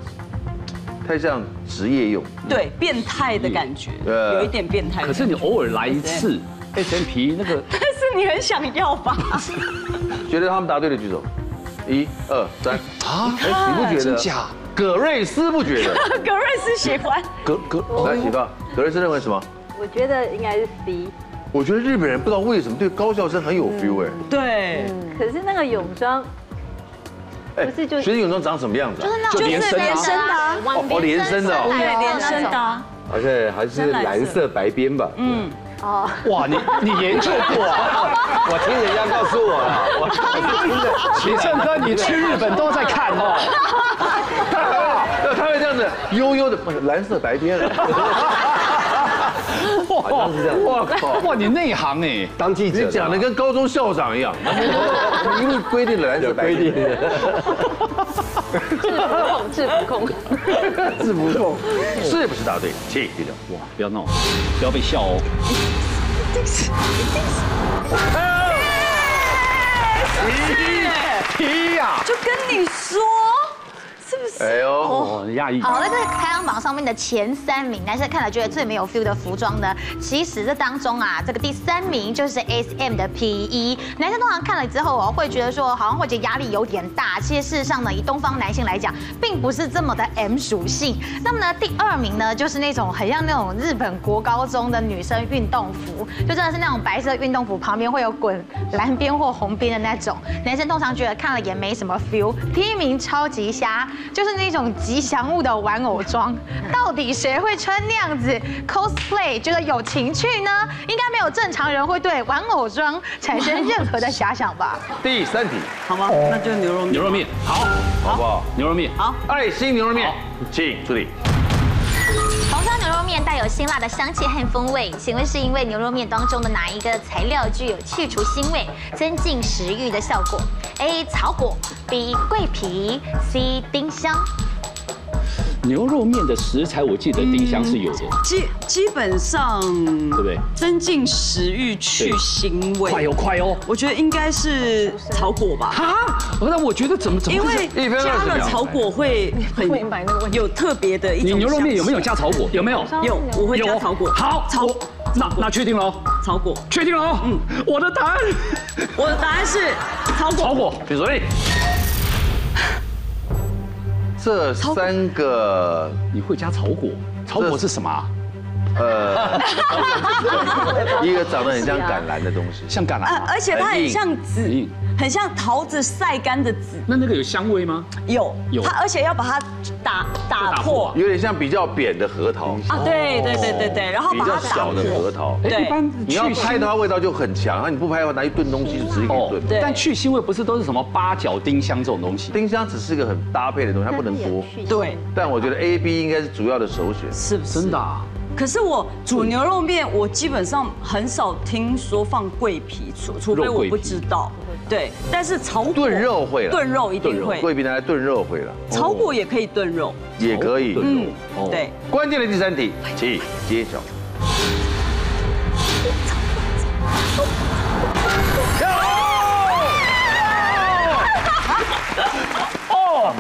A: 太像职业用，
G: 对，变态的感觉，
A: 呃
G: 有一点变态的
F: 可
G: 感觉。
F: 是你偶尔来一次 S M P 那个，
G: *laughs* 但是你很想要吧？
A: 觉得他们答对的举手，一二三啊，哎你不觉
F: 真
A: 得？
F: 假？
A: 葛瑞斯不觉得？
G: *laughs* 格瑞斯喜欢，
F: 格格
A: 来，媳妇，葛瑞斯认为什么？
H: 我觉得应该是 C，
A: 我觉得日本人不知道为什么对高校生很有 feel 欸
G: 对，
H: 可是那个泳装
A: 哎，哎，
H: 不是就
A: 学生泳装长什么样子啊？
F: 就连身啊，
C: 真的、
A: 哦哦连身的哦
C: 对
G: 对，连身的。啊，
E: 而且还是蓝色白边吧。
A: *laughs*
E: 嗯，
H: 哦，
F: 哇，你你研究过 *laughs* 啊？
E: 我听人家告诉我了，我我是听的。
F: 启胜哥，你去日本都在看哦。
A: 那他会这样子悠悠的，不是蓝色白边啊 *laughs* 了。
E: 好像是这样
F: 哇靠！哇，你内行哎。
E: 当记者
A: 你
E: 啊
A: 讲的跟高中校长一样，因为规定了蓝色
E: 有
A: 白
E: 规定
A: 边。
E: 的。
A: 字不错，是不是答对？请记得。
F: 哇，不要闹，不要被笑哦。
A: *laughs*
G: 哎
A: 哎
F: 踢呀！
G: 就跟你说，是不是？
A: 哎呦，
F: 哦，压抑。
C: 好，那这个排行榜上面的前三名，男生看了觉得最没有 feel 的服装呢，其实这当中啊，这个第三名就是 S M 的 P E。男生通常看了之后哦，会觉得说好像会觉得压力有点大。其实事实上呢，以东方男性来讲，并不是这么的 M 属性。那么呢，第二名呢，就是那种很像那种日本国高中的女生运动服，就真的是那种白色运动服旁边会有滚蓝边或红边的那种。男生通常觉得看了也没什么 feel。第一名超级虾，就是那种吉祥物的玩偶装，到底谁会穿那样子 cosplay 觉得有情趣呢？应该没有正常人会对玩偶装产生任何的遐想吧？
A: 第三题，
G: 好吧，那就牛肉面。
F: 牛肉面，好，
A: 好不好？
F: 牛肉面，好，
A: 爱心牛肉面，请助理。
C: 红烧牛肉面带有辛辣的香气和风味，请问是因为牛肉面当中的哪一个材料具有去除腥味、增进食欲的效果？A. 草果 B. 桂皮 C. 丁香。
F: 牛肉面的食材我记得丁香是有的，
G: 基基本上，对
F: 对不对？
G: 增进食欲，去腥
F: 快
G: 味
F: 哦。快哦！
G: 我觉得应该是草果吧，
F: 啊，那我觉得怎么怎么
G: 因
F: 会
G: 为
A: 一分二
G: 加
A: 十秒
G: 了草果会很有特别的一种。
F: 你牛肉面有没有？加草果？有没有？哦
G: 有，我会加草果。
F: 好，
G: 草
F: 我那那确定喽，
G: 超过。
F: 确定喽。嗯，我的答案，
G: 我的答案是超过。
F: 超过。
A: 许卓立，这三个
F: 你会加草果？草果是什么、啊？
A: 呃，一个长得很像橄榄的东西，
F: 像橄榄
G: 呃
F: 吗，？
G: 而且它很像籽
F: 很硬，
G: 很像桃子晒干的籽，
F: 那那个有香味吗？
G: 有
F: 有
G: 它，而且要把它打打
F: 打
G: 破
F: 破
A: 有点像比较扁的核桃，
G: 啊，对对对对对，然后
A: 比
G: 把
A: 较
G: 它
A: 小
G: 打
A: 的核
G: 破。
A: 桃。
F: 哎
G: 对
F: 一般
A: 你要
F: 去腥
A: 拍的话，味道就很强；然后你不拍的话，拿去炖东西就直接给你
F: 哦
A: 炖。，
G: 对
F: 但去腥味不是都是什么八角、丁香这种东西？
A: 丁香只是一个很搭配的东西，它不能多。
G: 对，
A: 但我觉得 A、B 应该是主要的首选。
G: 是不是
F: 真？的、啊，
G: 可是我煮牛肉面，我基本上很少听说放桂皮，除除非
F: 肉
G: 我
F: 桂皮
G: 不知道。对，但是炒果
A: 炖肉会了，
G: 炖肉一定会，
A: 贵宾拿来炖肉会了，
G: 炒
F: 哦
G: 果也可以炖肉。
A: 也可以。
F: 炖肉哦
G: 对，
A: 关键的第三题，请揭晓。
C: 好，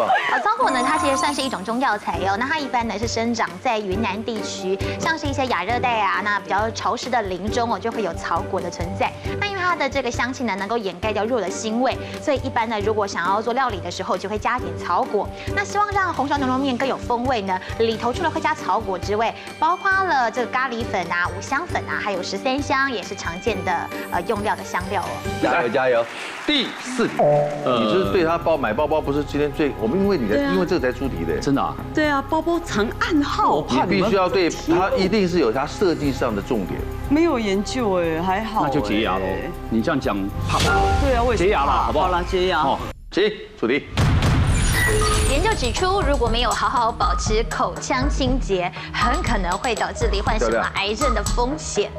C: 糟呃果呢，它其实算是一种中药材哦。那它一般呢是生长在云南地区，像是一些亚热带啊，那比较潮湿的林中哦，就会有草果的存在。那因为它的这个香气呢，能够掩盖掉肉的腥味，所以一般呢，如果想要做料理的时候，就会加一点草果。那希望让红烧牛肉面更有风味呢，里头除了会加草果之外，包括了这个咖喱粉啊、五香粉啊，还有十三香，也是常见的呃用料的香料哦。
E: 加油加油！
A: 第四题，你就是对他包买包包，不是今天最我们因为你的，因为这个才出题的。
F: 真的、啊，
G: 对啊，包包藏暗
F: 哦
A: 你
G: 号，
A: 必须要对它一定是有它设计上的重点，
G: 没有研究哎，还好。
F: 那就解牙喽
G: 哎。
F: 你这样讲怕不怕？
G: 对啊，我也是
F: 解牙
G: 怕
F: 吧，好不好？
G: 好啦，解牙。
F: 哦
A: 请出题。
C: 研究指出，如果没有好好保持口腔清洁，很可能会导致罹患什么癌症的风险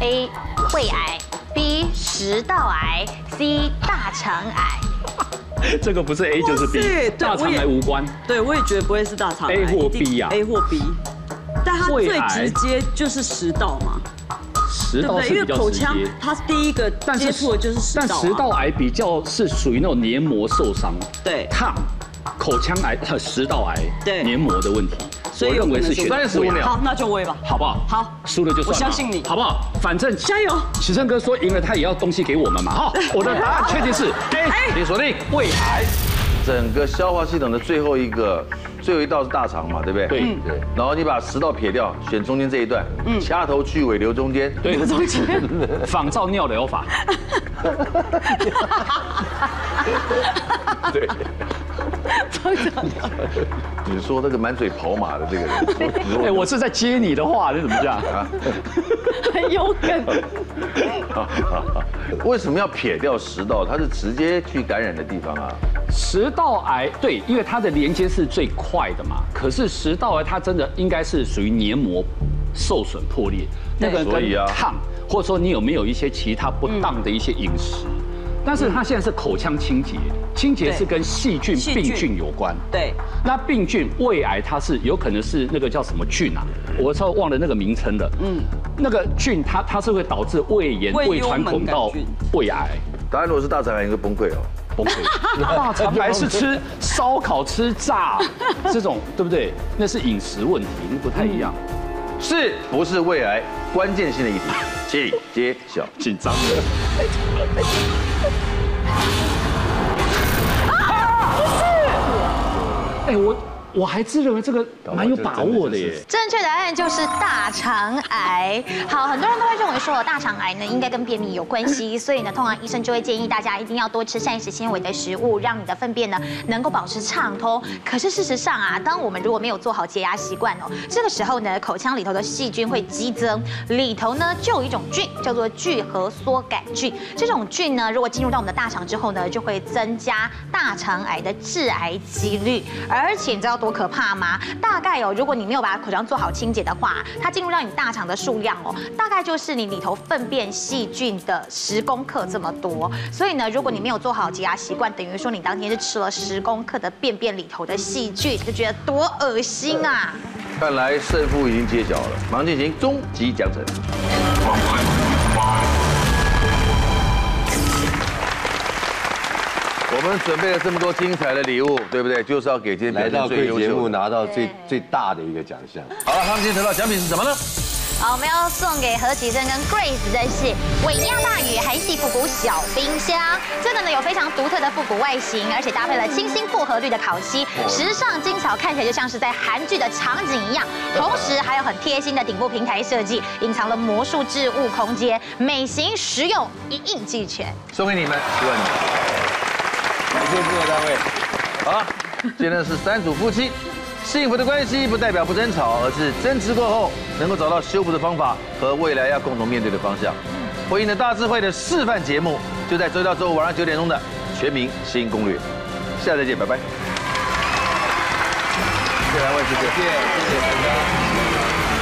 C: ？A. 胃癌，B. 食道癌，C. 大肠癌。
F: 这个不是 A 就是
G: 哇塞
F: B，
G: 对
F: 大肠
G: 我也
F: 癌无关。
G: 对，我也觉得不会是大肠癌
F: A 或 B
G: 一定
F: 啊
G: A 或 B，但它
F: 胃
G: 最
F: 癌
G: 直接就是食道嘛，
F: 食
G: 对不
F: 道
G: 对？
F: 是
G: 因
F: 比
G: 为
F: 较
G: 口
F: 直
G: 腔
F: 接，
G: 它第一个接触的就是食道、啊，
F: 但食道癌比较是属于那种黏膜受伤，
G: 对
F: 烫，口腔癌 *laughs* 和食道癌，
G: 对
F: 黏膜的问题，
G: 所以
F: 我认为是
G: 有
F: 选
G: 可
A: 能是
F: 胃
A: 35
F: 癌
A: 秒
G: 好，那就喂吧。
F: 好不好？
G: 好
F: 输了就算了，
G: 我相信你
F: 好不好？反正
G: 加油！
F: 启胜哥说赢了，他也要东西给我们嘛，哈。我的答案确
G: *laughs*
F: 定是
G: 哎
F: A，
A: 请锁定
F: 胃癌。
A: 整个消化系统的最后一个，最后一道是大肠嘛，对不对？
F: 对嗯
A: 对。然后你把食道撇掉，选中间这一段，掐头去尾留中间。
F: 对，仿照尿
A: *laughs*
F: 疗法，
A: 你说那个满嘴跑马的这
F: *laughs*
A: 个人，你说
F: 哎，我是在接你的话，你怎么
A: *laughs*
F: 这样？
A: 啊为什么要撇掉食道？它是直接去感染的地方啊。
F: 食道癌对，因为它的连接是最快的嘛。可是食道癌它真的应该是属于黏膜受损破裂，那个
A: 所
F: 跟
A: 以啊
F: 烫，或者说你有没有一些其他不当的一些饮食。但是它现在是口腔清洁，清洁是跟细菌、
G: 细菌
F: 病菌有关。
G: 对，
F: 那病菌胃癌它是有可能是那个叫什么菌啊？我稍微忘了那个名称了。嗯，那个菌它它是会导致胃炎、
G: 胃幽
F: 胃穿孔
G: 门杆
F: 到
G: 菌
F: 胃癌。
A: 答案如果是大肠癌，应该崩溃哦。
F: 崩溃。大肠癌是吃烧烤、
A: *laughs*
F: 吃炸这种，对不对？那是饮食问题，那不太一样。
A: 嗯是不是胃癌？关键性的一题，请揭晓。
F: 紧张的。哎，我我还自认为这个蛮有把握的耶。
C: 正确答案就是大肠癌。好，很多人都会认为说大肠癌呢应该跟便秘有关系，所以呢，通常医生就会建议大家一定要多吃膳食纤维的食物，让你的粪便呢能够保持畅通。可是事实上啊，当我们如果没有做好洁牙习惯哦，这个时候呢，口腔里头的细菌会激增，里头呢就有一种菌叫做聚合缩杆菌。这种菌呢，如果进入到我们的大肠之后呢，就会增加大肠癌的致癌几率。而且你知道多可怕吗？大概哦，如果你没有把口腔做好清洁的话，它进入到你大肠的数量哦，大概就是你里头粪便细菌的十公克这么多。所以呢，如果你没有做好洁牙习惯，等于说你当天是吃了十公克的便便里头的细菌，就觉得多恶心啊！
A: 看来胜负已经揭晓了，马上进行终极奖惩。我们准备了这么多精彩的礼物，对不对？就是要给今天
E: 来
A: 表
E: 到
A: 现最
E: 贵
A: 优
E: 节
A: 秀
E: 目
A: 的。
E: 拿到最最大的一个奖项。
A: 好了，他们今天得到奖品是什么呢？
C: 好，我们要送给何其珍跟 Grace 的是尾鸭大鱼韩系复古小冰箱。这个呢有非常独特的复古外形，而且搭配了清新复合绿的烤漆，时尚精巧，看起来就像是在韩剧的场景一样。同时还有很贴心的顶部平台设计，隐藏了魔术置物空间，美型实用，一应俱全。
A: 送给你们，希望你们。
I: 感谢制作单位。
A: 好，今天是三组夫妻，幸福的关系不代表不争吵，而是争执过后能够找到修复的方法和未来要共同面对的方向。婚姻的大智慧的示范节目就在周一到周五晚上九点钟的《全民新攻略》，下次再见，拜拜。谢谢两位，谢谢，谢谢大家。